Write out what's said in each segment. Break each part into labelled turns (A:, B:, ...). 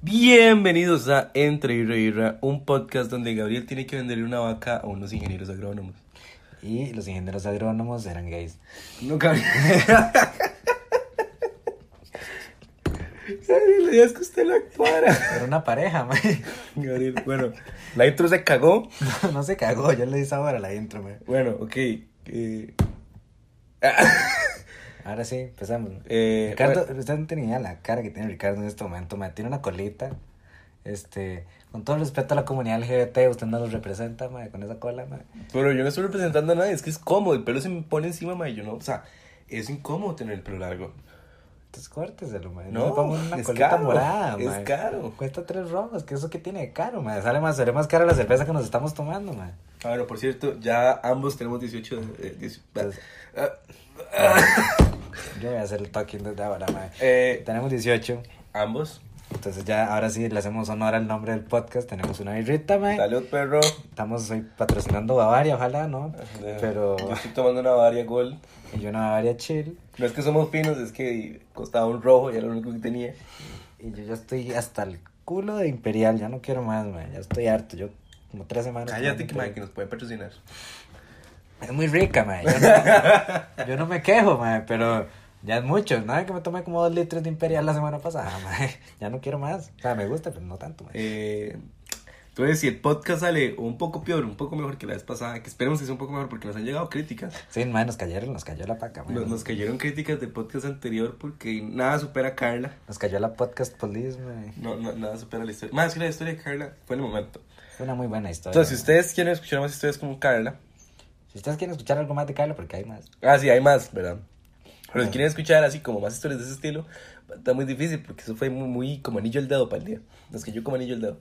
A: Bienvenidos a Entre Ira y Ira, un podcast donde Gabriel tiene que venderle una vaca a unos ingenieros agrónomos.
B: Y los ingenieros agrónomos eran gays.
A: No, Gabriel. Gabriel, la idea es que usted la para.
B: Era una pareja, man.
A: Gabriel, bueno, la intro se cagó.
B: No, no se cagó, yo le hice ahora la intro, man.
A: Bueno, ok. eh,
B: Ahora sí, empezamos.
A: eh,
B: Ricardo,
A: bueno,
B: usted no tiene idea la cara que tiene Ricardo en este momento, man. Tiene una colita. Este, con todo el respeto a la comunidad LGBT, usted no los representa, man, con esa cola, man.
A: pero yo no estoy representando a nadie, es que es cómodo, el pelo se me pone encima, ma, y yo no, o sea, es incómodo tener el pelo largo.
B: Entonces córteselo, man.
A: No,
B: le pongan una
A: es
B: colita
A: caro,
B: morada,
A: es
B: man.
A: caro.
B: Cuesta tres rojos, que eso que tiene de caro, man. Sale más, sale más cara la cerveza que nos estamos tomando, man.
A: Ah, bueno, por cierto, ya ambos tenemos 18, de- eh, 18
B: Entonces-
A: ah,
B: Yo voy a hacer el talking desde ahora, man.
A: eh,
B: Tenemos 18.
A: ambos.
B: Entonces ya, ahora sí, le hacemos honor al nombre del podcast. Tenemos una birrita, mae.
A: Salud, perro.
B: Estamos hoy patrocinando Bavaria, ojalá, ¿no? Pero...
A: Yo estoy tomando una Bavaria Gold.
B: Y yo una Bavaria chill.
A: No es que somos finos, es que costaba un rojo, ya era lo único que tenía.
B: Y yo ya estoy hasta el culo de Imperial. Ya no quiero más, mae. Ya estoy harto. Yo como tres semanas...
A: Cállate que,
B: tomando
A: mae, que nos pueden patrocinar.
B: Imperial. Es muy rica, mae. Yo no, yo no me quejo, mae. Pero ya es mucho. Nada que me tomé como dos litros de Imperial la semana pasada, mae. Ya no quiero más. O sea, me gusta, pero no tanto, mae.
A: Eh, entonces, si el podcast sale un poco peor, un poco mejor que la vez pasada, que esperemos que sea un poco mejor porque nos han llegado críticas.
B: Sí, mae, nos cayeron, nos cayó la paca, mae.
A: Nos, nos cayeron críticas del podcast anterior porque nada supera a Carla.
B: Nos cayó la podcast police, mae.
A: No, no, nada supera la historia. Más que la historia de Carla fue el momento.
B: Fue una muy buena historia.
A: Entonces, si
B: mae.
A: ustedes quieren escuchar más historias como Carla,
B: Si ustedes quieren escuchar algo más de Carla, porque hay más.
A: Ah, sí, hay más, ¿verdad? Pero si quieren escuchar así como más historias de ese estilo, está muy difícil porque eso fue muy, muy como anillo al dedo para el día. Nos cayó como anillo al dedo.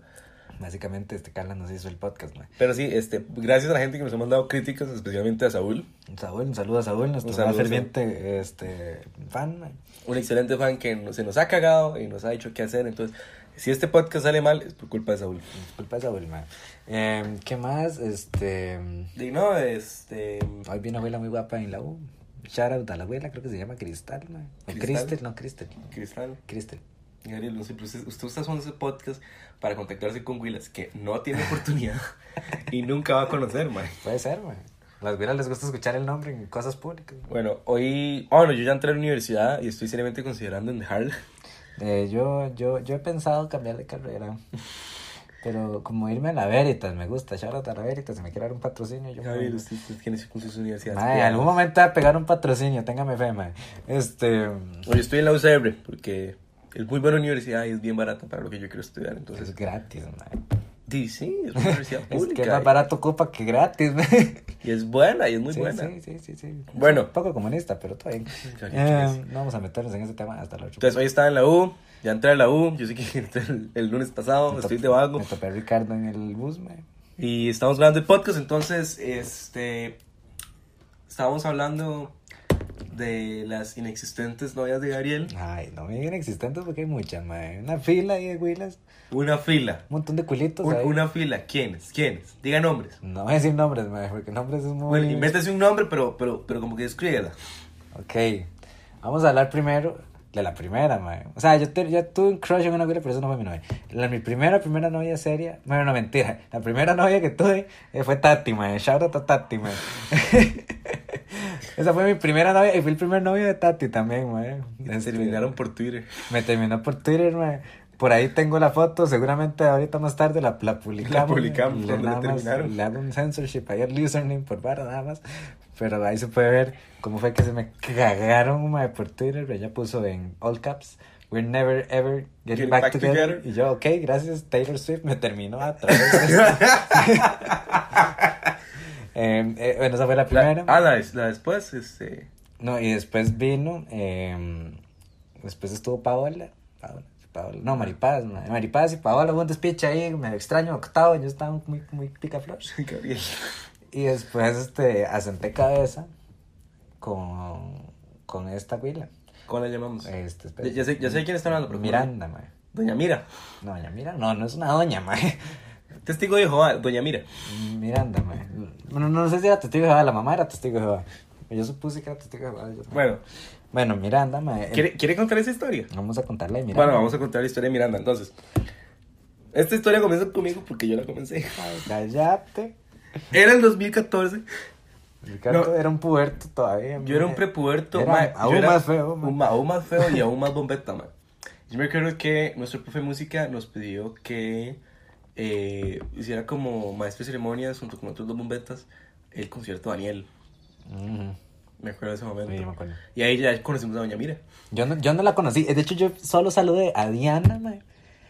B: Básicamente, este Carla nos hizo el podcast, man.
A: Pero sí, este, gracias a la gente que nos ha mandado críticas, especialmente a Saúl,
B: Saúl, un saludo a Saúl, nuestro
A: Un
B: más
A: saludo,
B: ferviente este, fan, man.
A: un excelente fan que no- se nos ha cagado y nos ha dicho qué hacer. Entonces, si este podcast sale mal, es por culpa de Saúl.
B: Disculpa, Saúl, man. Eh, ¿Qué más? Este.
A: Y no, este.
B: Hoy vi una abuela muy guapa en la U. Shout out a la abuela, creo que se llama Cristal, man. O
A: ¿Cristal?
B: Cristel, no, Cristel.
A: Cristal,
B: Cristel.
A: Gabriel, no sé, pero usted, usted está haciendo ese podcast para contactarse con Willas, que no tiene oportunidad y nunca va a conocer, man.
B: Puede ser, man. A las abuelas les gusta escuchar el nombre en cosas públicas.
A: Bueno, hoy. ah, Bueno, yo ya entré a la universidad y estoy seriamente considerando en dejarla.
B: Eh, yo, yo, yo he pensado cambiar de carrera. Pero como irme a la Veritas, me gusta. Shout out a la Veritas, si me quiere dar un patrocinio, yo me
A: Javier,
B: voy.
A: usted, usted tiene con sus universidades.
B: Mae, en algún momento va a pegar un patrocinio, téngame fe, mae. Este.
A: Oye, estoy en la UCR porque es muy buena universidad y es bien barata para lo que yo quiero estudiar. Entonces,
B: pues, Es gratis, mae.
A: sí, sí, es una universidad
B: Es
A: pública.
B: que más barato ocupa que gratis, mae.
A: Y es buena, y es muy
B: sí,
A: buena.
B: sí, sí, sí, sí.
A: Bueno.
B: Un poco comunista, pero todo bien.
A: Claro,
B: Eh,
A: sí,
B: no vamos a meternos en ese tema hasta la otra.
A: Entonces, hoy estaba en la U, ya entré a la U. Yo sé que entré el, el lunes pasado, estoy de vago.
B: Me topé a Ricardo en el bus, mae.
A: Y estamos grabando el podcast, entonces, este. Estábamos hablando de las inexistentes novias de Gabriel.
B: Ay, no me digan existentes porque hay muchas, mae. Una fila ahí de huilas,
A: Una fila.
B: un montón de culitos.
A: Un-
B: ahí.
A: una fila. ¿Quiénes? ¿Quiénes? Diga nombres.
B: No voy a decir nombres, mae, porque nombres es muy.
A: Bueno, invéntese un nombre, pero, pero, pero como que escríbela.
B: Ok, vamos a hablar primero de la primera, mae. O sea, yo, te- yo tuve un crush en una novia, pero eso no fue mi novia. La, mi primera, primera novia seria, bueno, no, mentira. La primera novia que tuve eh, fue Tati, mae. Shout out a Tati, mae. Esa fue mi primera novia y fui el primer novio de Tati también, mae.
A: Se
B: Este,
A: eliminaron por Twitter.
B: Me terminó por Twitter, mae. Por ahí tengo la foto, seguramente ahorita más tarde la, la publicamos.
A: La publicamos,
B: Le,
A: cuando la
B: nada más-
A: terminaron.
B: le hago un censorship ahí al username por barra nada más. Pero ahí se puede ver cómo fue que se me cagaron mae, por Twitter. Pero ella puso en all caps, we're never ever
A: Getting
B: getting back,
A: back
B: together.
A: together.
B: Y yo, ok, gracias Taylor Swift, me terminó a través de Eh, eh, bueno, esa fue la primera.
A: La, ah, la, des- la después, este.
B: No, y después vino, eh, después estuvo Paola, Paola, Paola, no, Maripaz, ma- Maripaz y Paola, hubo un despiche ahí, me extraño, octavo, yo estaba muy, muy picaflor.
A: Gabriel.
B: Y después, este, asenté cabeza con, con esta güila,
A: ¿Cómo la llamamos?
B: este,
A: Ya- ya, sé, ya sé de quién está hablando, pero.
B: Miranda, ma.
A: Doña Mira.
B: No, doña Mira, no, no es una doña, ma.
A: Testigo de Jehová, Doña Mira.
B: Miranda, ma. Bueno, no sé si era testigo de Jehová, la mamá era testigo de Jehová. Yo supuse que era testigo de Jehová. yo-
A: Bueno,
B: Bueno, Miranda, ma. eh,
A: ¿quiere, ¿quiere contar esa historia?
B: Vamos a contarla de Miranda.
A: Bueno, vamos a contar la historia de Miranda. Entonces, Esta historia comienza conmigo porque yo la comencé.
B: Ay, cállate.
A: Era el 2014.
B: Ricardo era un puberto todavía.
A: Yo era un
B: mae.
A: prepuberto.
B: Eh, Era
A: mae,
B: aún
A: yo
B: más feo, mae.
A: un ma- aún más feo y aún más bombeta, mae. Yo me acuerdo que nuestro profe de música nos pidió que eh, hiciera como maestro de ceremonias junto con otros dos bombetas el concierto de Daniel.
B: Ujú.
A: Me acuerdo de ese momento.
B: Sí, me acuerdo.
A: Y ahí ya conocimos a Doña Mira.
B: Yo no, yo no la conocí. De hecho, yo solo saludé a Diana, mae.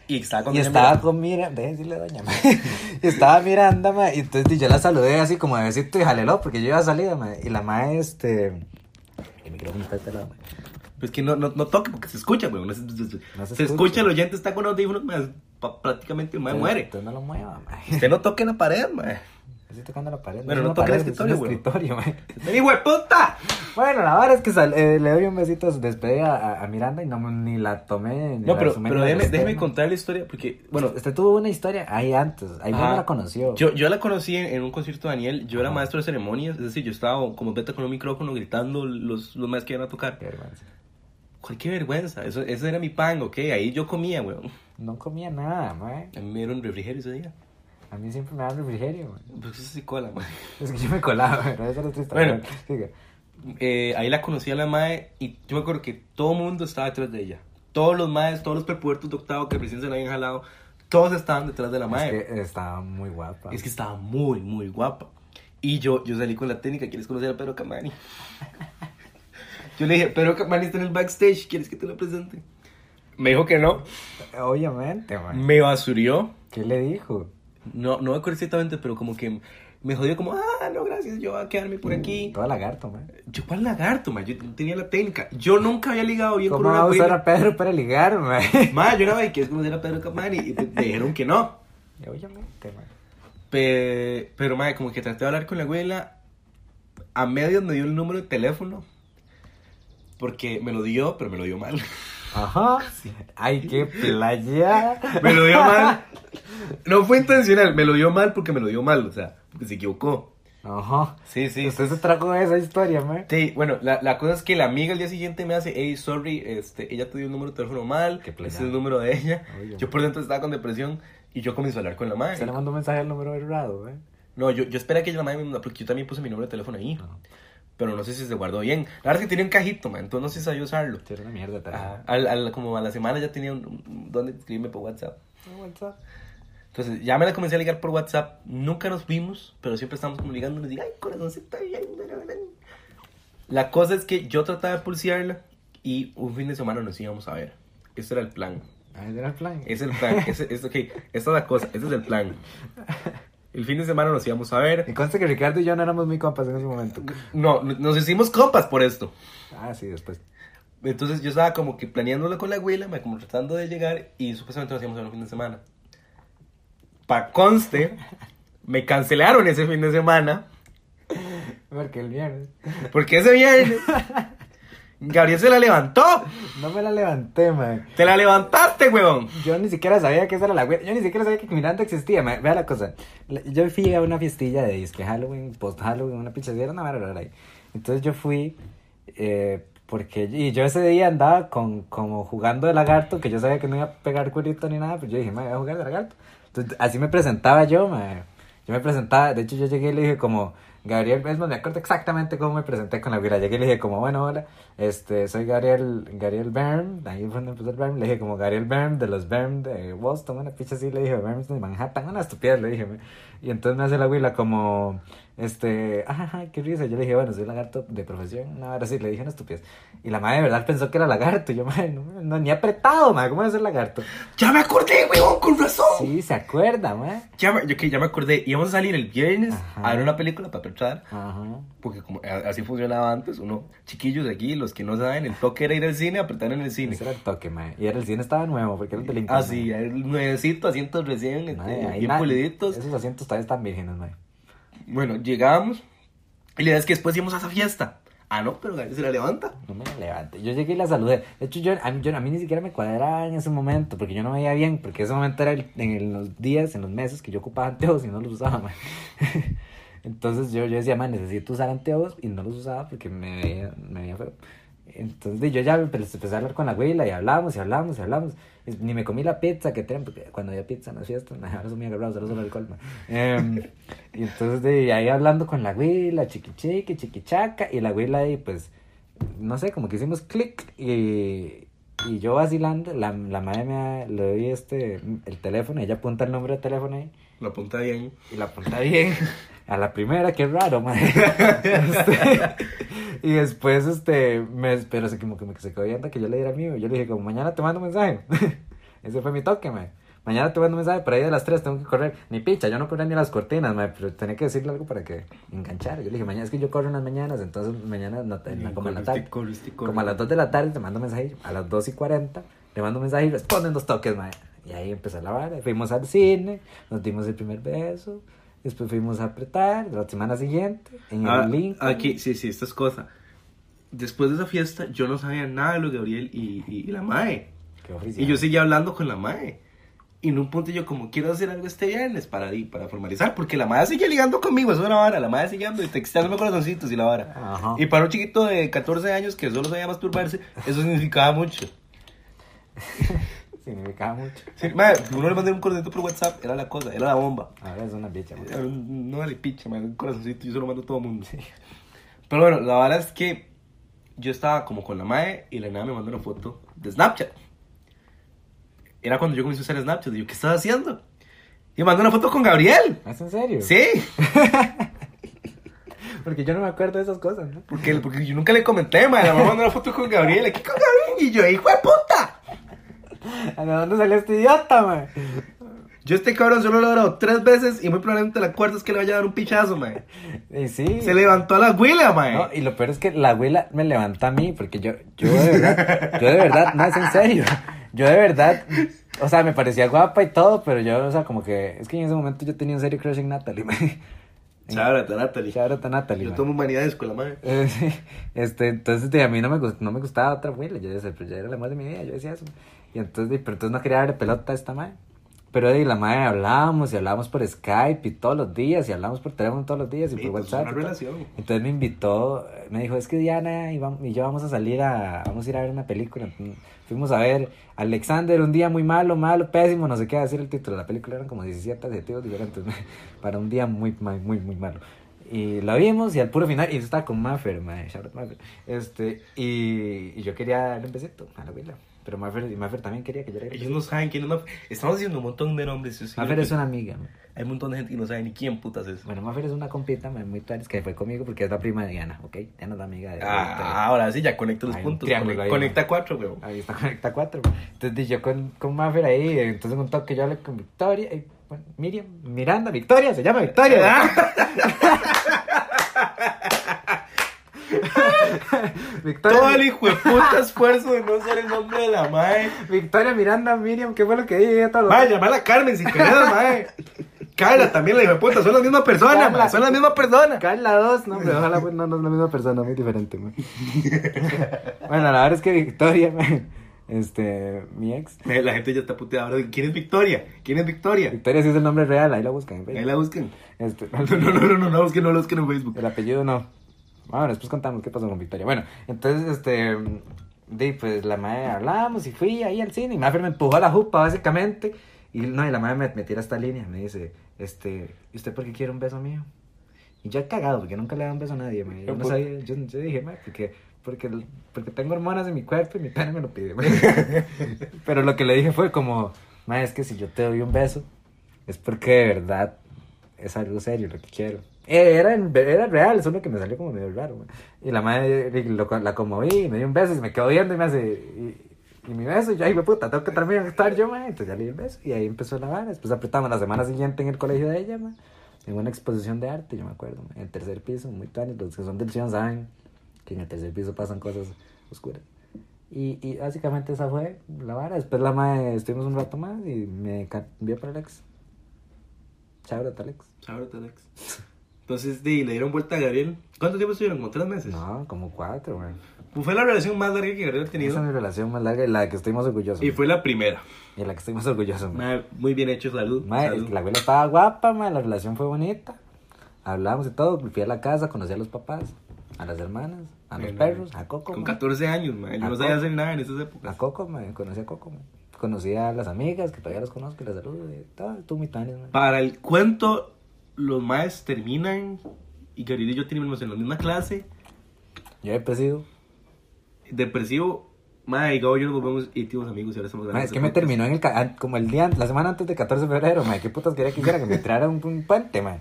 A: Y estaba con
B: Y
A: Doña
B: estaba
A: Mira.
B: con Miranda, déjame decirle doña, ma. Y estaba Miranda, ma, y entonces di- yo la saludé así como de besito y jaleló, porque yo iba a salir, ma. Y la ma, este. El micrófono está de este lado, ma.
A: Pues que no, no, no toque porque se escucha, güey. No se, se- se-
B: No se
A: se
B: escucha.
A: escucha, el oyente está con audífonos, mae, pa- prácticamente el mae
B: Entonces-
A: muere.
B: Entonces no lo mueva, ma.
A: Que no toque la pared, mae.
B: Estoy tocando la pared.
A: Bueno,
B: es
A: no
B: una
A: toque el
B: pared, es un
A: escritorio, güey.
B: escritorio, ma.
A: ¡Hijo de puta!
B: Bueno, la verdad es que sal- eh, le doy un besito de despedida a, a Miranda y no me- ni la tomé. Ni
A: No,
B: la
A: pero,
B: asumí,
A: pero
B: ni la
A: déjeme,
B: presté,
A: déjeme
B: ma.
A: contar la historia porque, bueno,
B: Bueno, usted tuvo una historia ahí antes, ahí
A: Ajá.
B: no la conoció.
A: Yo, yo la conocí en, en un concierto de Daniel, yo era
B: Ajá.
A: maestro de ceremonias, es decir, yo estaba como beta con un micrófono gritando los, los más que iban a tocar.
B: Qué vergüenza.
A: Joder, qué vergüenza, eso, ese era mi pan, ok, ahí yo comía, weón.
B: No comía nada, ma.
A: A mí me dieron refrigerio ese día.
B: A mí siempre me dan refrigerio, ma.
A: Pues eso sí cola, man.
B: Es que yo me colaba, pero eso era triste.
A: Bueno.
B: Sigue.
A: Eh, ahí la conocí a la mae y yo me acuerdo que todo el mundo estaba detrás de ella. Todos los maes, todos los prepuertos de octavo que recién se la habían jalado, todos estaban detrás de la mae.
B: Es que estaba muy guapa.
A: Es que estaba muy, muy guapa. Y yo, yo salí con la técnica, ¿quieres conocer a Pedro Camani? Yo le dije, Pedro Camani está en el backstage, ¿quieres que te lo presente? Me dijo que Mm. no.
B: Obviamente, man.
A: Me basurió.
B: ¿Qué le dijo?
A: No, no me acuerdo exactamente, pero como que me jodió como, ah, no, gracias, yo voy a quedarme por aquí.
B: Todo lagarto, man.
A: Yo, ¿cuál lagarto, man? Yo tenía la técnica. Yo nunca había ligado bien con
B: ¿Cómo
A: una
B: va a usar
A: güey.
B: a Pedro para ligar, man?
A: Ma, yo era, ¿quieres conocer a Pedro Camani? Y me dijeron que no.
B: Obviamente, man.
A: Pe- pero, madre, como que traté de hablar con la abuela. A medias me dio el número de teléfono. Porque me lo dio, pero me lo dio mal.
B: Ajá. Ay, qué playa.
A: Me lo dio mal. No fue intencional, me lo dio mal porque me lo dio mal, o sea, porque se equivocó.
B: Ajá.
A: Sí, sí.
B: Usted se trajo esa historia, man.
A: Sí, bueno, la, la cosa es que la amiga el día siguiente me hace, hey, sorry, este, ella te dio el número de teléfono mal,
B: Qué
A: ese
B: plena.
A: es el número de ella.
B: Oye.
A: Yo por dentro estaba con depresión y yo comencé a hablar con la madre.
B: Se le mandó un mensaje al número errado, man.
A: No, yo, yo esperé a que la madre me mandara, porque yo también puse mi número de teléfono ahí.
B: No,
A: pero no sé si se guardó bien. La verdad es que tenía un cajito, man, entonces no sé si sabía usarlo.
B: era una mierda, tal.
A: Ajá. Al, al- como a la semana ya tenía un, un- donde escribirme por WhatsApp.
B: No, WhatsApp.
A: Entonces ya me la comencé a ligar por WhatsApp. Nunca nos vimos, pero siempre estábamos comunicando. Y digo, ay, corazoncito, ay, ay, ay, ay, ay". La cosa es que yo trataba de pulsearla y un fin de semana nos íbamos a ver. Ese era el plan.
B: Ah, ese era el plan.
A: Ese es el plan. Ese, es, ok, esta es la cosa. Ese es el plan. El fin de semana nos íbamos a ver.
B: Y conste que Ricardo y yo no éramos muy compas en ese momento.
A: No, no- nos hicimos compas por esto.
B: Ah, sí, después.
A: Entonces yo estaba como que planeándolo con la abuela, me como tratando de llegar y supuestamente nos íbamos a ver un fin de semana. Pa' conste, me cancelaron ese fin de semana
B: Porque el viernes.
A: porque ese viernes Gabriel se la levantó.
B: No me la levanté, man.
A: Te la levantaste, huevón.
B: Yo ni siquiera sabía que esa era la güey. Yo ni siquiera sabía que Miranda existía. mae. Vea la cosa. La- Yo fui a una fiestilla de disque Halloween, post Halloween, una pinche era una vara rara ahí. Entonces yo fui eh, porque y yo ese día andaba con como jugando de lagarto, que yo sabía que no iba a pegar curito ni nada, pero yo dije, "Mae, voy a jugar de lagarto." Entonces así me presentaba yo, mae. Yo me presentaba, de hecho yo llegué y le dije como, Gabriel, es más, me acuerdo exactamente cómo me presenté con la abuela. Llegué y le dije como, bueno, hola, este, soy Gabriel, Gabriel Bern, ahí fue donde empezó el Bern, le dije como Gabriel Bern de los Bern de Boston, una picha así, le dije, Bern de Manhattan, una estupidez, le dije, me. y entonces me hace la abuela como, este, ajá, qué risa, yo le dije, bueno, soy lagarto de profesión, no, ahora sí, le dije una estupidez, y la madre de verdad pensó que era lagarto, y yo, madre, no, no, ni apretado, madre, ¿cómo va a ser lagarto?
A: Ya me acordé, huevón, con razón.
B: Sí, se acuerda, madre.
A: Ya, me, yo que ya me acordé, íbamos a salir el viernes
B: Ajá.
A: a ver una película para pensar.
B: Ajá.
A: Porque como, a- así funcionaba antes, uno, chiquillos de aquí, los que no saben, el toque era ir al cine, apretar en el cine.
B: Ese era el toque, mae. Y era el cine estaba nuevo, porque era el de Lincoln.
A: Ah, sí, hay un nuevecito, asientos recién,
B: mae.
A: este,
B: Mae, ahí
A: bien
B: na-
A: puliditos.
B: Esos asientos todavía están vírgenes, mae.
A: Bueno, llegamos y la idea es que después íbamos a esa fiesta. Ah, no, pero Gabriel se la levanta.
B: No me levante. Yo llegué y la saludé. De hecho, yo a, mí, yo- a mí ni siquiera me cuadraba en ese momento, porque yo no veía bien, porque ese momento era el- en el- los días, en los meses que yo ocupaba anteojos y no los usaba, mae. Entonces yo, yo decía, mae, necesito usar anteojos y no los usaba porque me veía, me veía feo. Entonces yo ya empe- empecé a hablar con la abuela y hablamos y hablamos y hablamos. Y Ni me comí la pizza que traen, porque cuando había pizza en las fiestas, ahora son muy agarrados, ahora solo alcohol. ma. Em, y entonces de ahí hablando con la abuela, chiqui chiqui, chiqui chaca, y la abuela ahí pues, no sé, como que hicimos clic y, y yo vacilando, la, la madre me da- le doy este, el teléfono, ella apunta el nombre del teléfono ahí.
A: Lo apunta bien.
B: Y la apunta bien. A la primera, qué raro, madre. Este, y después, este, me, pero se, como que me se quedó viendo que yo le diera mío. Yo le dije, como, mañana te mando un mensaje. Ese fue mi toque, madre. Mañana te mando un mensaje, por ahí de las 3 tengo que correr. Ni picha, yo no corría ni las cortinas, madre, pero tenía que decirle algo para que enganchara. Yo le dije, mañana es que yo corro en las mañanas, entonces mañana no, te- no, como en la tarde. Como a las 2 de la tarde te mando un mensaje, a las 2 y 40 le mando un mensaje y responden dos toques, mae. Y ahí empezó la vara. Fuimos al cine, nos dimos el primer beso, después fuimos a apretar la semana siguiente en el
A: Ah,
B: link.
A: Aquí, sí, sí, esta es cosa. Después de esa fiesta, yo no sabía nada de lo de Gabriel y, y- y la Mae.
B: Qué oficial.
A: Y yo seguía hablando con la Mae. Y en un punto yo como, quiero hacer algo este viernes para, di- para formalizar. Porque la Mae sigue ligando conmigo, eso es una vara. La Mae sigue dando y texteándome corazoncitos y la vara.
B: Ajá.
A: Y para un chiquito de 14 años que solo sabía masturbarse, eso significaba mucho.
B: Significaba mucho.
A: Sí, mae, uno le mandé un corazoncito por WhatsApp, era la cosa, era la bomba.
B: Ahora es una bicha, mae.
A: Era un- No le picha, man, un corazoncito, yo se lo mando a todo el mundo. Pero bueno, la verdad es que yo estaba como con la madre y la nada me mandó una foto de Snapchat. Era cuando yo comencé a usar Snapchat. Y yo, ¿qué estás haciendo? Y me mandó una foto con Gabriel.
B: ¿Es en serio?
A: Sí,
B: Porque yo no me acuerdo de esas cosas, ¿no?
A: porque, porque yo nunca le comenté, man. La mamá mandó una foto con Gabriel. Aquí con Gabriel. Y yo, hijo de puta.
B: ¿A de dónde salió este idiota, mae?
A: Yo este cabrón solo lo he logrado tres veces y muy probablemente la cuarta es que le vaya a dar un pichazo, man.
B: Y sí.
A: Se levantó a la huila, man.
B: No, y lo peor es que la abuela me levanta a mí, porque yo, yo de verdad, yo de verdad, no es en serio, yo de verdad, o sea, me parecía guapa y todo, pero yo, o sea, como que, es que en ese momento yo tenía un serio crush en Natalie, mae.
A: Chábrate, Natalie.
B: Ya ahora está Natalie,
A: Yo
B: mae.
A: tomo humanidades con la madre.
B: Eh, sí, Este, entonces, de, a mí no me, gust- no me gustaba otra abuela, yo decía, pero ya era la madre de mi vida, yo decía eso, y entonces, de, pero entonces no quería darle pelota a esta madre. Pero de la madre hablábamos y hablábamos por Skype y todos los días y hablábamos por teléfono todos los días y por
A: Mitos,
B: pues, WhatsApp.
A: pues, una
B: y todo.
A: relación.
B: Entonces me invitó, me dijo, es que Diana y, vam- y yo vamos a salir a, vamos a ir a ver una película. Mm, Fuimos a ver Alexander, un día muy malo, malo, pésimo, no sé qué decir el título. La película eran como 17 adjetivos diferentes para un día muy, ma- muy, muy malo. Y la vimos y al puro final, y yo estaba con Maffer, mae, shout out Maffer, este, y, y yo quería darle un besito a la abuela. Pero Maffer, y Maffer también quería que yo le diera
A: Ellos
B: un besito.
A: no saben quién es Maffer. Estamos diciendo un montón de nombres. yo sí
B: Maffer
A: creo
B: es
A: que
B: una amiga, mae.
A: Hay un montón de gente que no sabe ni quién putas es.
B: bueno, Maffer es una compita mae, muy tuanis que fue conmigo porque es la prima de Diana, ¿ok? Diana es la amiga de
A: Ah, ahora sí, ya conecto los
B: Hay un
A: puntos.
B: triángulo
A: Conecta,
B: ahí,
A: conecta cuatro, weón.
B: Ahí está Conecta 4. Entonces di yo con, con Maffer ahí, eh, entonces en un toque yo hablé con Victoria, eh, bueno, Miriam, Miranda, Victoria, se llama
A: Eh,
B: Victoria.
A: Ah,
B: Victoria,
A: Todo el hijo de puta esfuerzo de no ser el nombre de la madre.
B: Victoria, Miranda, Miriam, ¿qué fue lo que dije? Todos los-
A: Vaya, llamar a Carmen si querés, madre. Carla también, la hijo de puta. Son la misma persona,
B: Carla.
A: madre. Son la misma persona.
B: Carla 2, no, pero ojalá pues, no, no es la misma persona, muy diferente. man. bueno, la verdad es que Victoria, man, este, mi ex,
A: Eh, La gente ya está puteada ahora. ¿Quién es Victoria? ¿Quién es Victoria?
B: Victoria sí es el nombre real, ahí la buscan. en
A: Ahí
B: Facebook.
A: la busquen.
B: Este,
A: No, no, no, no, no, no, busquen, no la busquen en Facebook.
B: El apellido no. Bueno, después contamos qué pasó con Victoria. Bueno, entonces, este. De, pues la madre hablamos y fui ahí al cine. Y Maffer me empujó a la jupa, básicamente. Y no, y la madre me, me tira esta línea. Me dice, este, ¿y usted por qué quiere un beso mío? Y yo he cagado, porque nunca le he dado un beso a nadie. mae. Yo no
A: Por-
B: sabía, yo, yo dije, mae, porque, porque, porque tengo hormonas en mi cuerpo y mi pene me lo pide. mae". Pero lo que le dije fue como, mae, es que si yo te doy un beso, es porque de verdad es algo serio lo que quiero. Eh, Era, en- era real, solo que me salió como medio raro. güey. Y la madre eh, lo- la conmoví, y me dio un beso y se me quedó viendo y me hace. Y, y mi beso, y yo, ay, güey, puta, tengo que terminar de estar yo, man. Entonces ya le di el beso y ahí empezó la vara. Después apretamos la semana siguiente en el colegio de ella, man. En una exposición de arte, yo me acuerdo, man, En el tercer piso, muy tuanis. Los que son del Sion saben que en el tercer piso pasan cosas oscuras. Y, y básicamente esa fue la vara. Después la madre, estuvimos un rato más y me cambió para Alex. Chao, Alex.
A: Ahorita, Alex. Entonces, di, le dieron vuelta a Gabriel. ¿Cuánto tiempo estuvieron? ¿Como tres meses?
B: No, como cuatro, güey.
A: Pues fue la relación más larga que Gabriel ha
B: Esa es
A: tenido.
B: mi relación más larga y la que estoy más orgulloso.
A: Y fue la primera.
B: Y la que estoy más orgulloso, güey.
A: Ma, Muy bien hecho, salud.
B: Mae,
A: salud.
B: la abuela estaba guapa, mae, la relación fue bonita. Hablamos y todo, fui a la casa, conocí a los papás. a las hermanas, a los
A: Bueno, eh,
B: perros, a Coco.
A: Con
B: mae.
A: 14 años, mae. Yo
B: A
A: no sabía
B: Coco.
A: hacer nada en esas
B: A
A: épocas.
B: Coco, mae, conocí a Coco. mae. Conocí a las amigas que todavía las conozco y las saludo. Y todo, tú, mis planes, mae.
A: Para el cuento, los maes terminan y Gabriel y yo terminamos en la misma clase.
B: Yo he presido.
A: Depresivo, mae, y Gabo y yo nos volvemos íntimos amigos y ahora estamos
B: Mae,
A: grandes.
B: es que me terminó en el ca- an- como el día, an- la semana antes de 14 de febrero, mae. ¿Qué putas quería que hiciera? Que me tirara un, un puente, mae.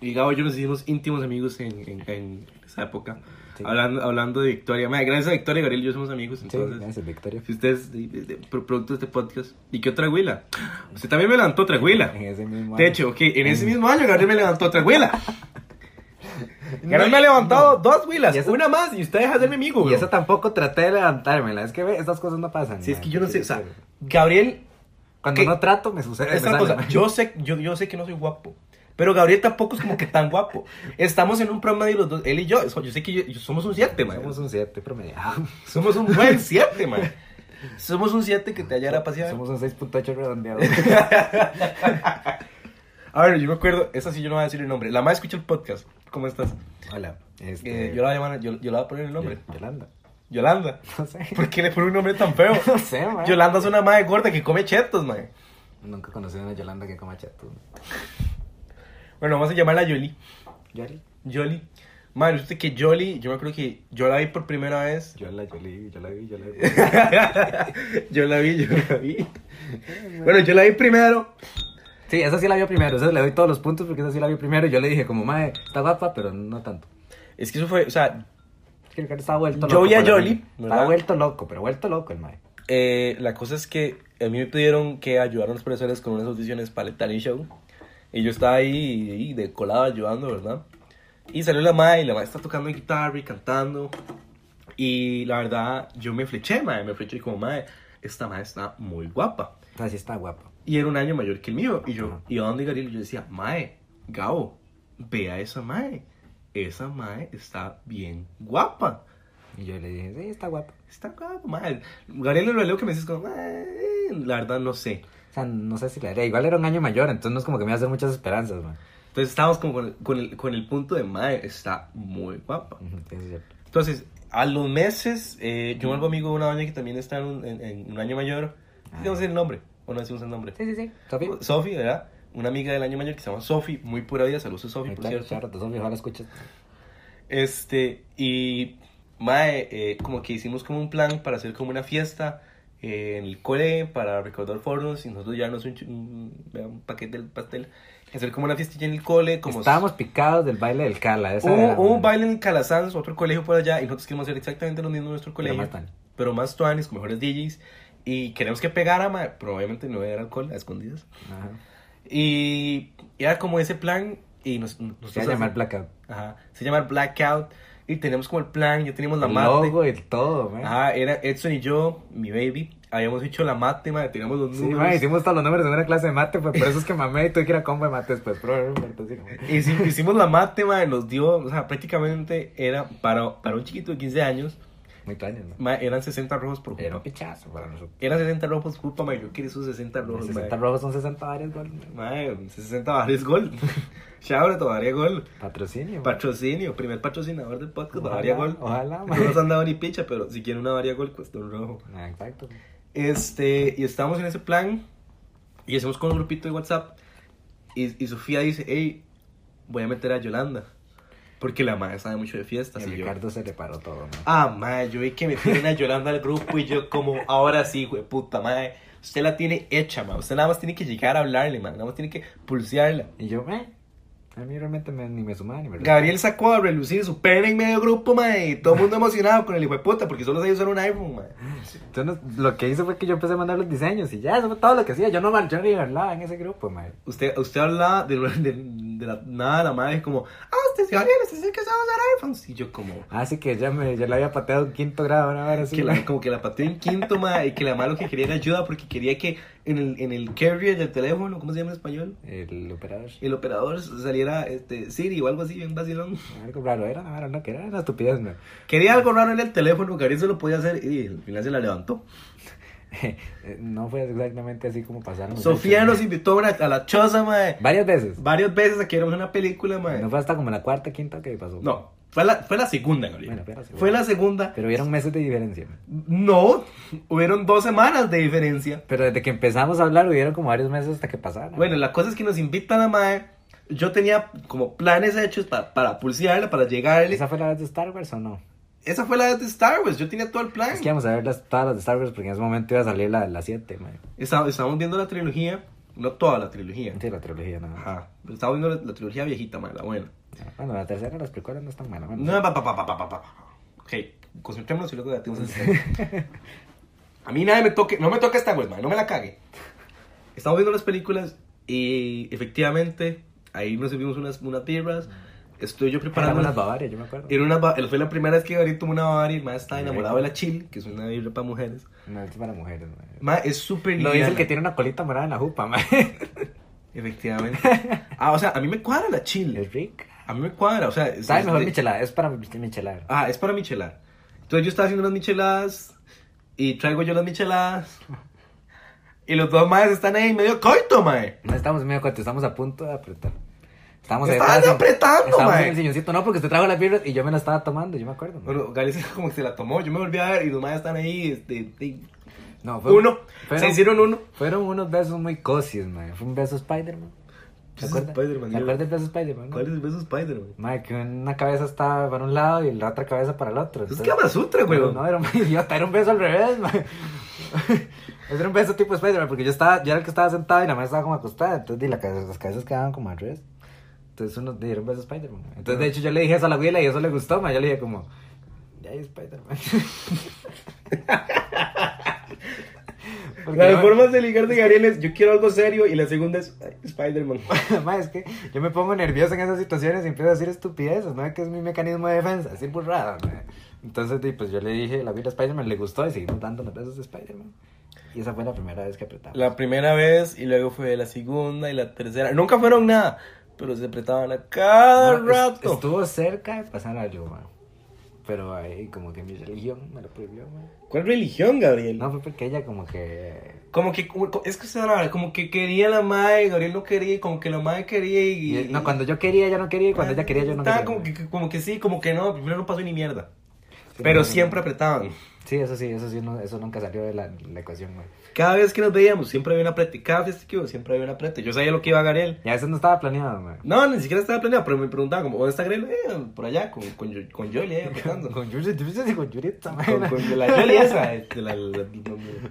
A: Y Gabo y yo nos hicimos íntimos amigos en, en, en esa época.
B: Sí.
A: Hablando, hablando de Victoria. Mae, gracias a Victoria, Gabriel y yo somos amigos.
B: Sí,
A: Entonces,
B: gracias, Victoria.
A: si ustedes, de- de- de- pro- producto de este podcast. ¿Y qué otra huila? Usted también me levantó otra huila.
B: En ese mismo
A: De
B: año.
A: hecho, ok, en ese mismo año Gabriel me levantó otra huila. Gabriel me ha levantado dos huilas,
B: Y esa-
A: una más y usted deja de ser mi amigo,
B: Y
A: bro.
B: eso tampoco traté de levantármela. Es que ve, estas cosas no pasan.
A: Sí, es
B: mae.
A: que yo no sé, o sea,
B: Pero
A: Gabriel,
B: Cuando
A: ¿qué?
B: no trato, me sucede. me
A: esta
B: sale,
A: cosa,
B: mae.
A: yo sé, yo, yo sé que no soy guapo, pero Gabriel tampoco es como que tan guapo. Estamos en un promedio los dos, él y yo, so- yo sé que yo- yo- somos un 7, man.
B: Somos un 7 promediado.
A: Somos un buen 7, man. Somos un 7 que te hallará pasear.
B: Somos un 6.8 redondeado.
A: A ver, yo me acuerdo, esa sí yo no voy a decir el nombre. La más escucha el podcast. ¿Cómo estás?
B: Hola.
A: Eh,
B: Este,
A: yo la voy a llamar, yo, yo la voy a poner el nombre.
B: Yo- Yolanda.
A: Yolanda.
B: No sé.
A: ¿Por qué le pone un nombre tan feo?
B: No sé, man.
A: Yolanda es una madre gorda que come chetos, man.
B: Nunca conocí a una Yolanda que coma chato.
A: Bueno, vamos a llamarla Yoli.
B: Yoli.
A: Yoli. Man, usted que Yoli, yo me acuerdo que yo la vi por primera vez.
B: Yo la Yoli, yo la vi, yo la vi.
A: yo la vi, yo la vi. Bueno, yo la vi primero.
B: Sí, esa sí la vio primero. Esa le doy todos los puntos porque esa sí la vio primero. Y yo le dije, como, mae, está guapa, pero no tanto.
A: Es que eso fue, o sea,
B: Es que el cara estaba vuelto
A: Yo
B: loco.
A: vi a
B: por la
A: Yoli,
B: niña. Estaba
A: ¿verdad?
B: vuelto loco, pero vuelto loco el mae.
A: eh, la cosa es que a mí me pidieron que ayudaran los profesores con unas audiciones para el talent show. Y yo estaba ahí, ahí de colado ayudando, ¿verdad? Y salió la madre y la madre está tocando guitarra y cantando. Y la verdad, yo me fleché, madre. Me fleché como, madre, esta madre está muy guapa.
B: O sea, sí está guapa.
A: Y era un año mayor que el mío. Y yo
B: Ajá.
A: iba donde Gabriel y yo decía, Mae, Gabo, ve a esa Mae. Esa Mae está bien guapa.
B: Y yo le dije, sí, está guapa.
A: Está guapa, Mae. Gabriel lo leo que me dices como, "Mae, la verdad no sé.
B: O sea, no sé si la haría. Igual era un año mayor, entonces no es como que me iba a hacer muchas esperanzas, man.
A: Entonces estábamos como con el, con el, con el punto de Mae, está muy guapa.
B: Ujú, sí, es cierto.
A: Entonces, a los meses, eh, yo me vuelvo amigo de una doña que también está en un, en- en un año mayor.
B: Ah.
A: Digamos el nombre, o no decimos el nombre.
B: Sí, sí, sí. Sofía.
A: Oh, Sofi, ¿verdad? Una amiga del año mayor que se llama Sofi, muy pura vida. Saludos a Sofi,
B: Ahí
A: por
B: está,
A: cierto.
B: Charlotte, Sofía, ojalá escuches.
A: Este, y Mae, eh, como que hicimos como un plan para hacer como una fiesta eh, en el cole para recordar foros y nosotros llevarnos un, chu- un, un paquete del pastel. Hacer como una fiestilla en el cole, como
B: Estábamos picados del baile del Cala. Esa
A: hubo,
B: era,
A: hubo un
B: man.
A: baile en Calasanz, otro colegio por allá, y nosotros queremos hacer exactamente lo mismo en nuestro colegio,
B: más tuanis.
A: pero más tuanis, con mejores DJs, y queremos que pegara, mae, probablemente no era alcohol a escondidas.
B: Ajá.
A: Y era como ese plan, y nos, nos
B: Se iba a llamar Blackout.
A: Ajá. Se llama el Blackout. Y tenemos como el plan, ya teníamos la
B: el
A: mate. Ah,
B: logo y todo, man.
A: Ajá, era Edson y yo, mi baby. Habíamos hecho la mate, madre, teníamos los
B: Sí,
A: números.
B: man, hicimos todos los números en una clase de mate, pues por eso es que mamé y tuve que ir a combo de mate después. Pero, pero, pero, sí, como-
A: Hici- Hicimos la mate, madre, nos dio, o sea, prácticamente era para, para un chiquito de 15 años,
B: Muy tuanis, man.
A: madre, eran 60 rojos por
B: Era un
A: jupa.
B: pichazo para nosotros.
A: Eran 60 rojos por jupa, madre, yo quería esos 60 rojos,
B: 60
A: madre.
B: rojos son 60 varios goles. man.
A: Madre, 60 bares gol. Chabra, Bavaria gol.
B: Patrocinio. man.
A: Patrocinio, primer patrocinador del podcast,
B: Ojalá,
A: Bavaria gol.
B: ojalá,
A: No
B: madre.
A: nos han dado ni picha, pero si quieren una Bavaria gol, cuesta un rojo.
B: Ah, Exacto.
A: Este, y estamos en ese plan. Y hacemos con un grupito de WhatsApp. Y, y Sofía dice: Hey, voy a meter a Yolanda. Porque la madre sabe mucho de fiestas.
B: Y
A: Y yo,
B: Ricardo se le paró todo, man.
A: ah, madre, yo vi que metieron a Yolanda al grupo. Y yo, como, ahora sí, güey, puta madre. Usted la tiene hecha, madre. Usted nada más tiene que llegar a hablarle, madre. Nada más tiene que pulsearla.
B: Y yo, eh, a mí realmente me- ni me sumaba ni me
A: Gabriel sacó a relucir su pene en medio grupo, madre. Y todo el mundo emocionado con el hijo de puta. Porque solo sabía usar un iPhone, madre.
B: Entonces, lo que hice fue que yo empecé a mandar los diseños y ya, eso fue todo lo que hacía. Yo no mar- yo ni hablaba en ese grupo, mae.
A: Usted, usted hablaba de, de, de la nada de la madre, es como, ah, usted es Gabriel, usted es el que sabe usar iPhones. Y yo como,
B: Así Ah, que ya me ya le había pateado en quinto grado, una vez así.
A: que la,
B: mae.
A: como que la pateó en quinto, madre, y que la madre lo que quería era ayuda porque quería que en el, en el carrier del teléfono, ¿cómo se llama en español?
B: El operador.
A: El operador saliera este, Siri o algo así, bien vacilón.
B: Algo raro, era una vara, no, que era una estupidez, mae.
A: Quería algo raro en el teléfono, Gabriel se lo podía hacer y al final se la levantó.
B: Eh, no fue exactamente así como pasaron. los
A: Sofía
B: hechos,
A: nos
B: mae.
A: invitó a, una- a la choza, madre,
B: Varias veces.
A: varias veces a que viéramos una película, madre.
B: No fue hasta como la cuarta, quinta que pasó.
A: No, Fue la, fue la segunda, Gabriel.
B: Bueno, fue la segunda.
A: Fue la segunda.
B: Pero hubieron meses de diferencia. mae.
A: No, hubieron dos semanas de diferencia.
B: Pero desde que empezamos a hablar hubieron como varios meses hasta que pasaron.
A: Bueno, la cosa es que nos invitan a Mae. Yo tenía como planes hechos pa- para pulsearla, para llegarle. Esa...
B: ¿Esa fue la vez de Star Wars o no?
A: fue la de Star Wars. Yo tenía todo el plan.
B: Es que íbamos a ver las, todas las de Star Wars porque en ese momento iba a salir la de las 7, mae.
A: Está- estábamos viendo la trilogía. No toda la trilogía.
B: Antes de la trilogía, nada más.
A: Ajá. pero Estábamos viendo la, la trilogía viejita, mae, la buena.
B: Bueno, la tercera, las precuelas no están malas. Bueno,
A: No, pa, pa, pa, pa, pa, pa, pa. Ok, concentrémonos y luego debatimos el tema. A mí nadie me toque, no me toque esta güey, no me la cague. Estamos viendo las películas y efectivamente ahí nos servimos unas, unas birras. Estoy yo
B: para
A: preparando.
B: las Bavaria, yo me acuerdo.
A: Era una ba- fue la primera vez que Gabriel tomó una bavaria y más estaba enamorado de la chill, que es una biblia para mujeres.
B: No, es para mujeres, mae.
A: Ma, es súper
B: Lo dice el
A: liviana.
B: que tiene una colita morada en la jupa, mae.
A: Efectivamente. Ah, o sea, a mí me cuadra la chill.
B: Es rica.
A: A mí me cuadra, o sea. es-
B: ¿Sabes
A: es
B: mejor
A: de-
B: michelada? Es para michelada.
A: Ah, es para michelar. Entonces yo estaba haciendo unas micheladas y traigo yo las micheladas. Y los dos maes están ahí medio coito, mae.
B: No estamos en medio cuento, estamos a punto de apretar. Estamos ahí
A: Estaban
B: atrás en-
A: apretando,
B: Estábamos
A: mae.
B: en el silloncito, no, porque usted trajo las birras y yo me las estaba tomando, yo me acuerdo. mae.
A: Bueno, Gales como que se la tomó. Yo me volví a ver y los maes están ahí. Este, y-
B: No,
A: uno. Se hicieron uno.
B: Fueron unos besos muy cosis, mae. Fue un beso Spider-Man.
A: Beso
B: ¿Te acuerdas?
A: Spider-Man,
B: ¿Te
A: yo-
B: acuerdas del beso Spider-Man? no?
A: ¿Cuál es el beso Spider-Man?
B: Mae, que una cabeza estaba para un lado y la otra cabeza para el otro.
A: Es
B: entonces-
A: Kama Sutra, güey.
B: No, era un idiota, era un beso al revés, mae. Era un beso tipo Spider-Man, porque yo estaba, yo era el que estaba sentado y la mesa estaba como acostada, entonces di, la cabeza- las cabezas quedaban como al revés. Entonces uno le dieron beso a Spider-Man. mae. Entonces, de hecho, yo le dije eso a la güila y eso le gustó, mae. Yo le dije como, ya hay Spider-Man. Porque
A: Las
B: yo-
A: formas de ligar de Gabriel es yo quiero algo serio y la segunda es ay, Spider-Man.
B: Ma, es que yo me pongo nervioso en esas situaciones y empiezo a decir estupideces, ¿no? Que es mi mecanismo de defensa, así burrada, ma. Entonces, di, pues yo le dije, la vida a Spider-Man le gustó y seguimos dando las besos de Spider-Man. Y esa fue la primera vez que apretamos.
A: La primera vez y luego fue la segunda y la tercera. Nunca fueron nada, pero se apretaban a cada
B: Ma, es-
A: rato.
B: estuvo cerca de pasar algo, ma. Pero ahí, como que mi religión me lo prohibió, ma.
A: ¿Cuál religión, Gabriel?
B: No, fue porque ella, como que.
A: Como que, como- es que se ahora, como que quería la madre, Gabriel no quería, y como que la madre quería y... Ah,
B: y- no, cuando yo quería, ella no quería, y cuando ella quería, yo no
A: Estaba
B: quería.
A: Como
B: ma.
A: que, como que sí, como que no, primero no pasó ni mierda.
B: Sí,
A: Pero
B: no, no,
A: siempre
B: no.
A: apretaban.
B: Sí, eso sí, eso sí, no- eso nunca salió de la, la ecuación, ma.
A: Cada vez que nos veíamos, siempre había una prete. Cada vez que iba, siempre había una prete. Yo sabía lo que iba a Gabriel.
B: Y a veces no estaba planeado, ma.
A: No, ni siquiera estaba planeado, pero me preguntaba como, ¿dónde está Gabriel? Eh, por allá, con, con, Yo- con Yoli, ahí apretando.
B: Con Yuri, tú dices con Yuri, esta
A: Con,
B: madre.
A: con la Yoli esa, este, la, la, la,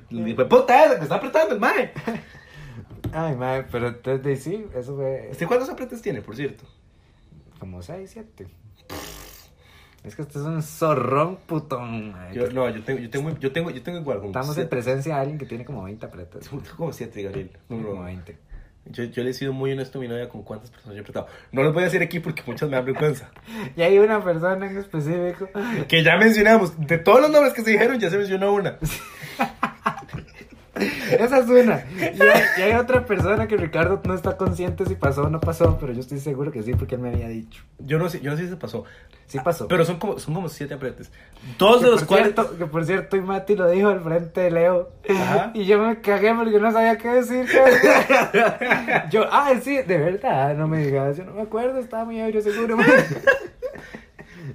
A: la- la- la- puta esa que está apretando el mae.
B: Ay, madre, pero entonces de- sí, eso fue
A: ¿Usted cuántos apretes tiene, por cierto?
B: como 6, 7. Es que este es un zorrón putón, madre.
A: Yo, no, yo tengo, yo tengo, yo tengo, yo tengo igual. como
B: pues, Estamos en
A: siete-
B: presencia de alguien que tiene como 20 apretas.
A: Tengo como siete, Gabriel. No, no,
B: Como
A: no.
B: 20.
A: Yo, yo le he sido muy honesto a mi novia con cuántas personas yo he apretado. No lo voy a decir aquí porque muchas me dan vergüenza.
B: Y hay una persona en específico.
A: Que ya mencionamos, de todos los nombres que se dijeron, ya se mencionó una.
B: Esa es una. Y hay, y hay otra persona que Ricardo no está consciente si pasó o no pasó, pero yo estoy seguro que sí, porque él me había dicho.
A: Yo no sé, yo no sé si se pasó.
B: Sí pasó.
A: Pero son como, son como siete apretes. Dos
B: Que
A: de los
B: por
A: cuales.
B: cierto- que por cierto, y Mati lo dijo al frente de Leo.
A: Ajá.
B: Y yo me cagué porque no sabía qué decir. cabrón. yo, ah, sí, de verdad, no me digas. Yo no me acuerdo, estaba muy ebrio, seguro.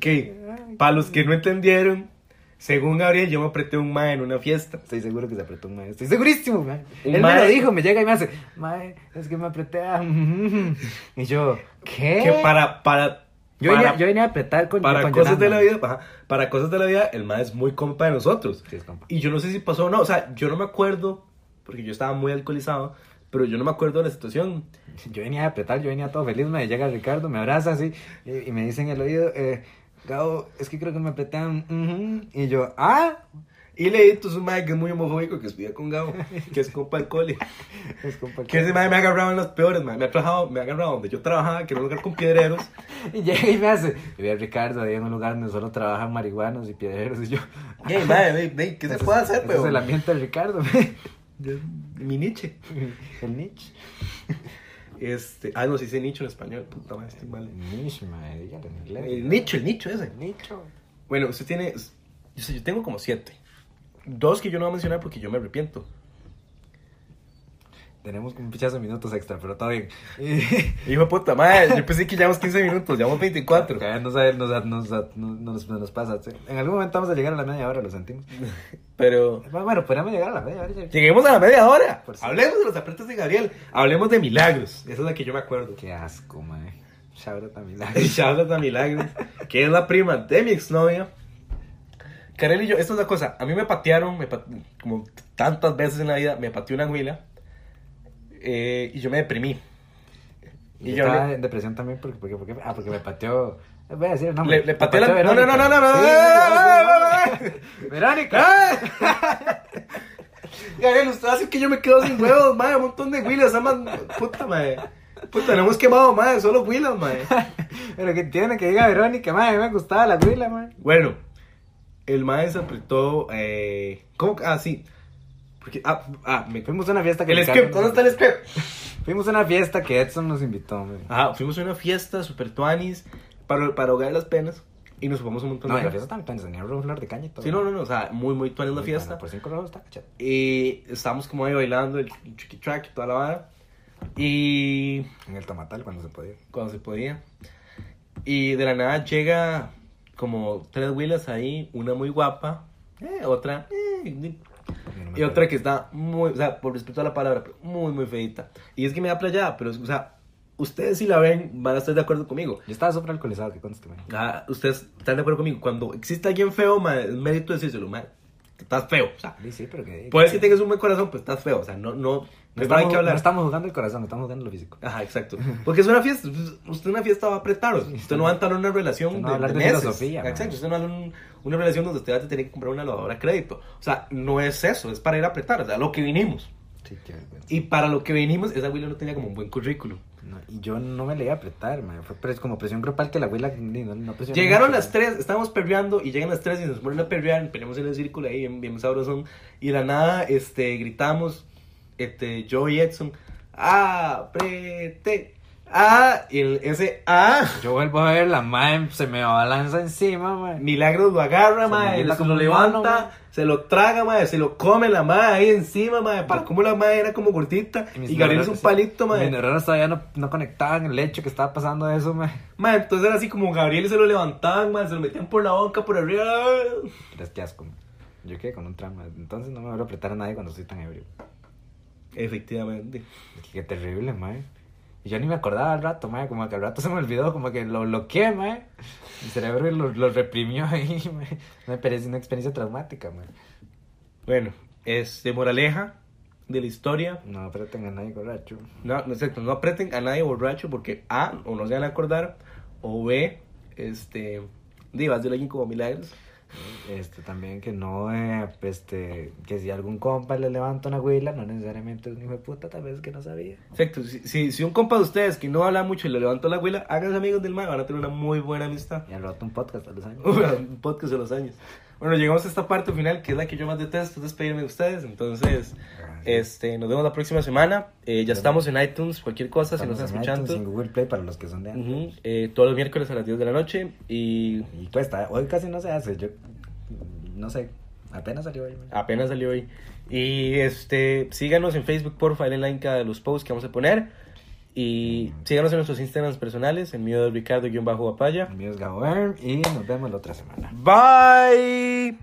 A: Que, para los que no entendieron, según Gabriel, yo me apreté un ma en una fiesta.
B: Estoy seguro que se apretó un mae. Estoy segurísimo, mae.
A: Un
B: Él me
A: mae.
B: lo dijo, me llega y me hace, mae, es que me apreté a. Y yo, ¿qué?
A: Que para. para
B: Yo,
A: para,
B: venía, yo venía a apretar con
A: para
B: con
A: cosas de la
B: Yolanda.
A: vida, ajá, para cosas de la vida, el ma es muy compa de nosotros.
B: Sí, es compa.
A: Y yo no sé si pasó o no, o sea, yo no me acuerdo, porque yo estaba muy alcoholizado, pero yo no me acuerdo de la situación.
B: Yo venía a apretar, yo venía todo feliz, me llega Ricardo, me abraza así y, y me dice en el oído, eh, Gabo, es que creo que me apretan. ujú". Y yo, ah,
A: Y leí entonces un mae que es muy homofóbico, que estudia con Gabo, que es compa del cole.
B: es compa.
A: Que ese mae me ha agarrado en las peores, mae. Me ha, trabajado, me ha agarrado donde yo trabajaba, que era un lugar con piedreros.
B: Y llega y me hace, y ve a Ricardo ahí en un lugar donde solo trabajan marihuanos y piedreros. Y yo,
A: Ey, mae, ey, ey, ¿qué se
B: "Ese
A: puede
B: es-
A: hacer,
B: ese es el
A: weón?
B: ambiente de Ricardo,
A: Mi niche.
B: el niche.
A: Este, ah, no, se dice nicho en español, puta madre, estoy mal.
B: El niche, madre, dígalo en inglés.
A: El nicho, el nicho ese.
B: El nicho.
A: Bueno, usted tiene. Yo, sé, yo tengo como siete. Dos que yo no voy a mencionar porque yo me arrepiento.
B: Tenemos un pichazo de minutos extra, pero está bien. Y-
A: Hijo de puta, madre, yo pensé que llevamos 15 minutos, llevamos 24.
B: Porque nos, nos, nos, nos, nos, nos pasa. En algún momento vamos a llegar a la media hora, lo sentimos.
A: Pero
B: Bueno, podríamos llegar a la media hora. ya-
A: lleguemos a la media hora.
B: Por sí.
A: Hablemos de los apretos de Gabriel. Hablemos de milagros. Esa es la que yo me acuerdo.
B: Qué asco, mae. Shout out a Milagro.
A: Y hablas de milagros. Que es la prima de mi exnovia. Karel y yo, esta es la cosa. A mí me patearon, me pat- como tantas veces en la vida, me pateó una huila. eh, y yo me deprimí. Y
B: Y, yo
A: yo
B: estaba
A: le-
B: en depresión también porque, porque, porque, ah, porque me pateó. Voy a decir el nombre.
A: Le, le pateé la...
B: pateó
A: No, no, no, no, no, no.
B: Sí,
A: no, no, Ah. no, no.
B: sí, sí, sí. Verónica.
A: Gabriel, usted hace que yo me quedo sin huevos, madre, un montón de huilas, aman, puta, madre. Puta, no hemos quemado, madre, solo huilas, madre.
B: Pero que tiene que diga Verónica, mae, me gustaba la güila, mae.
A: Bueno, el mae se apretó, eh, ¿cómo? que? Ah, sí. Porque, ah, ah, me...
B: Fuimos a una fiesta que
A: El
B: Ricardo
A: script,
B: nos
A: ¿dónde está el script?
B: invitó. Fuimos a una fiesta que Edson nos invitó, mae.
A: Ajá, fuimos a una fiesta, super tuanis, para, para ahogar las penas, y nos jugamos un montón
B: No,
A: de
B: y la
A: cosas.
B: fiesta también pues, tenía un flor de caña y todo.
A: Sí, no, no, no, o sea, muy, muy tuanis pues. la
B: Muy
A: fiesta.
B: buena, Por cinco rojos está cachado.
A: Y estábamos como ahí bailando el chiqui track y toda la vara. Y
B: En el tomatal cuando se podía.
A: cuando se podía. Y de la nada llega como tres huilas ahí, una muy guapa, eh, otra, eh,
B: Yo no me
A: y otra
B: acuerdo.
A: que está muy, o sea, por respeto a la palabra, pero muy, muy feita. Y es que me da playada, pero, o sea, ustedes si la ven van a estar de acuerdo conmigo.
B: Yo estaba súper alcoholizado, que conste, mae.
A: Ah, ustedes están de acuerdo conmigo. Cuando existe alguien feo, ma, es mérito decírselo, ma, estás feo, o sea.
B: Sí, sí, Pues pero que.
A: Puedes que tengas un buen corazón, pues estás feo, o sea, no, no,
B: No
A: pero hay
B: estamos,
A: que hablar.
B: no estamos jugando el corazón, no estamos jugando lo físico.
A: Ajá, exacto. Porque es una fiesta. pues, Usted en una fiesta va a apretar. Usted no va a entrar en una
B: Usted
A: relación
B: no va
A: de,
B: a hablar
A: de
B: de
A: meses.
B: filosofía, man.
A: Exacto. Usted no va a hablar en una relación donde usted va a tener que comprar una lavadora a crédito. O sea, no es eso. Es para ir a apretar. O sea, lo que vinimos.
B: Sí, qué vergüenza.
A: Y para lo que vinimos, esa Willy no tenía como un buen currículum.
B: No, y yo no me le iba a apretar, mae. Fue pres- como presión grupal que la abuela ni- no, no presionó
A: Llegaron
B: mucho,
A: las tres, estábamos perreando y llegan las tres y nos ponen a perrear, peleamos en el círculo ahí, bien, bien sabrosón. Y de la nada, este, gritamos, este, yo y Edson, aprete, ah, y el, ese ah,
B: mae. Yo vuelvo a ver, la madre se me abalanza encima, mae.
A: Milagros lo agarra,
B: Se
A: mae,
B: movila
A: se
B: como
A: lo
B: un
A: levanta,
B: mono, mae.
A: se lo traga, mae, se lo come la mae ahí encima, mae, para como la mae era como gordita
B: mis
A: y Gabriel es un
B: neuronas-
A: palito, mae.
B: Mis neuronas todavía no, no conectaban el hecho que estaba pasando eso, mae.
A: Mae, entonces era así como Gabriel se lo levantaban, mae, se lo metían por la boca, por arriba.
B: Pero es que asco, mae. Yo quedé con un trauma. Entonces no me voy a apretar a nadie cuando estoy tan ebrio.
A: Efectivamente.
B: Es que Qué terrible, mae. Y yo ni me acordaba al rato, mae. Como que al rato se me olvidó, como que lo bloqueé, mae. Mi cerebro lo, lo reprimió ahí, mae. Me parece una experiencia traumática, mae.
A: Bueno, este, moraleja de la historia.
B: No apreten a nadie borracho.
A: No, no, exacto, no aprieten a nadie borracho porque A, o no se van a acordar, o B, este, divas de alguien como Milagros.
B: Este, también que no, eh, este, que si algún compa le levanta una huila, no necesariamente es un hijo de puta, tal vez que no sabía.
A: Exacto, si, si, si un compa de ustedes que no habla mucho y le levantó la huila, háganse amigos del mar, van a tener una muy buena amistad.
B: Y al rato un podcast a los años.
A: Un podcast de los años. Bueno, llegamos a esta parte final que es la que yo más detesto, es despedirme de ustedes. Entonces,
B: Ah,
A: este, nos vemos la próxima semana. Eh, ya estamos en iTunes, cualquier cosa, si
B: Estamos
A: nos están
B: en iTunes,
A: escuchando.
B: En Google Play para los que son de antes.
A: Ujú, eh, todos los miércoles a las 10 de la noche y
B: Y cuesta, hoy casi no se hace, yo, no sé, apenas salió hoy. man.
A: apenas salió hoy. Y este, síganos en Facebook, porfa, denle like a los posts que vamos a poner. Y síganos en nuestros Instagrams personales, el mío es Ricardo-Apaya.
B: El mío es Gabo Erm, y nos vemos la otra semana.
A: Bye.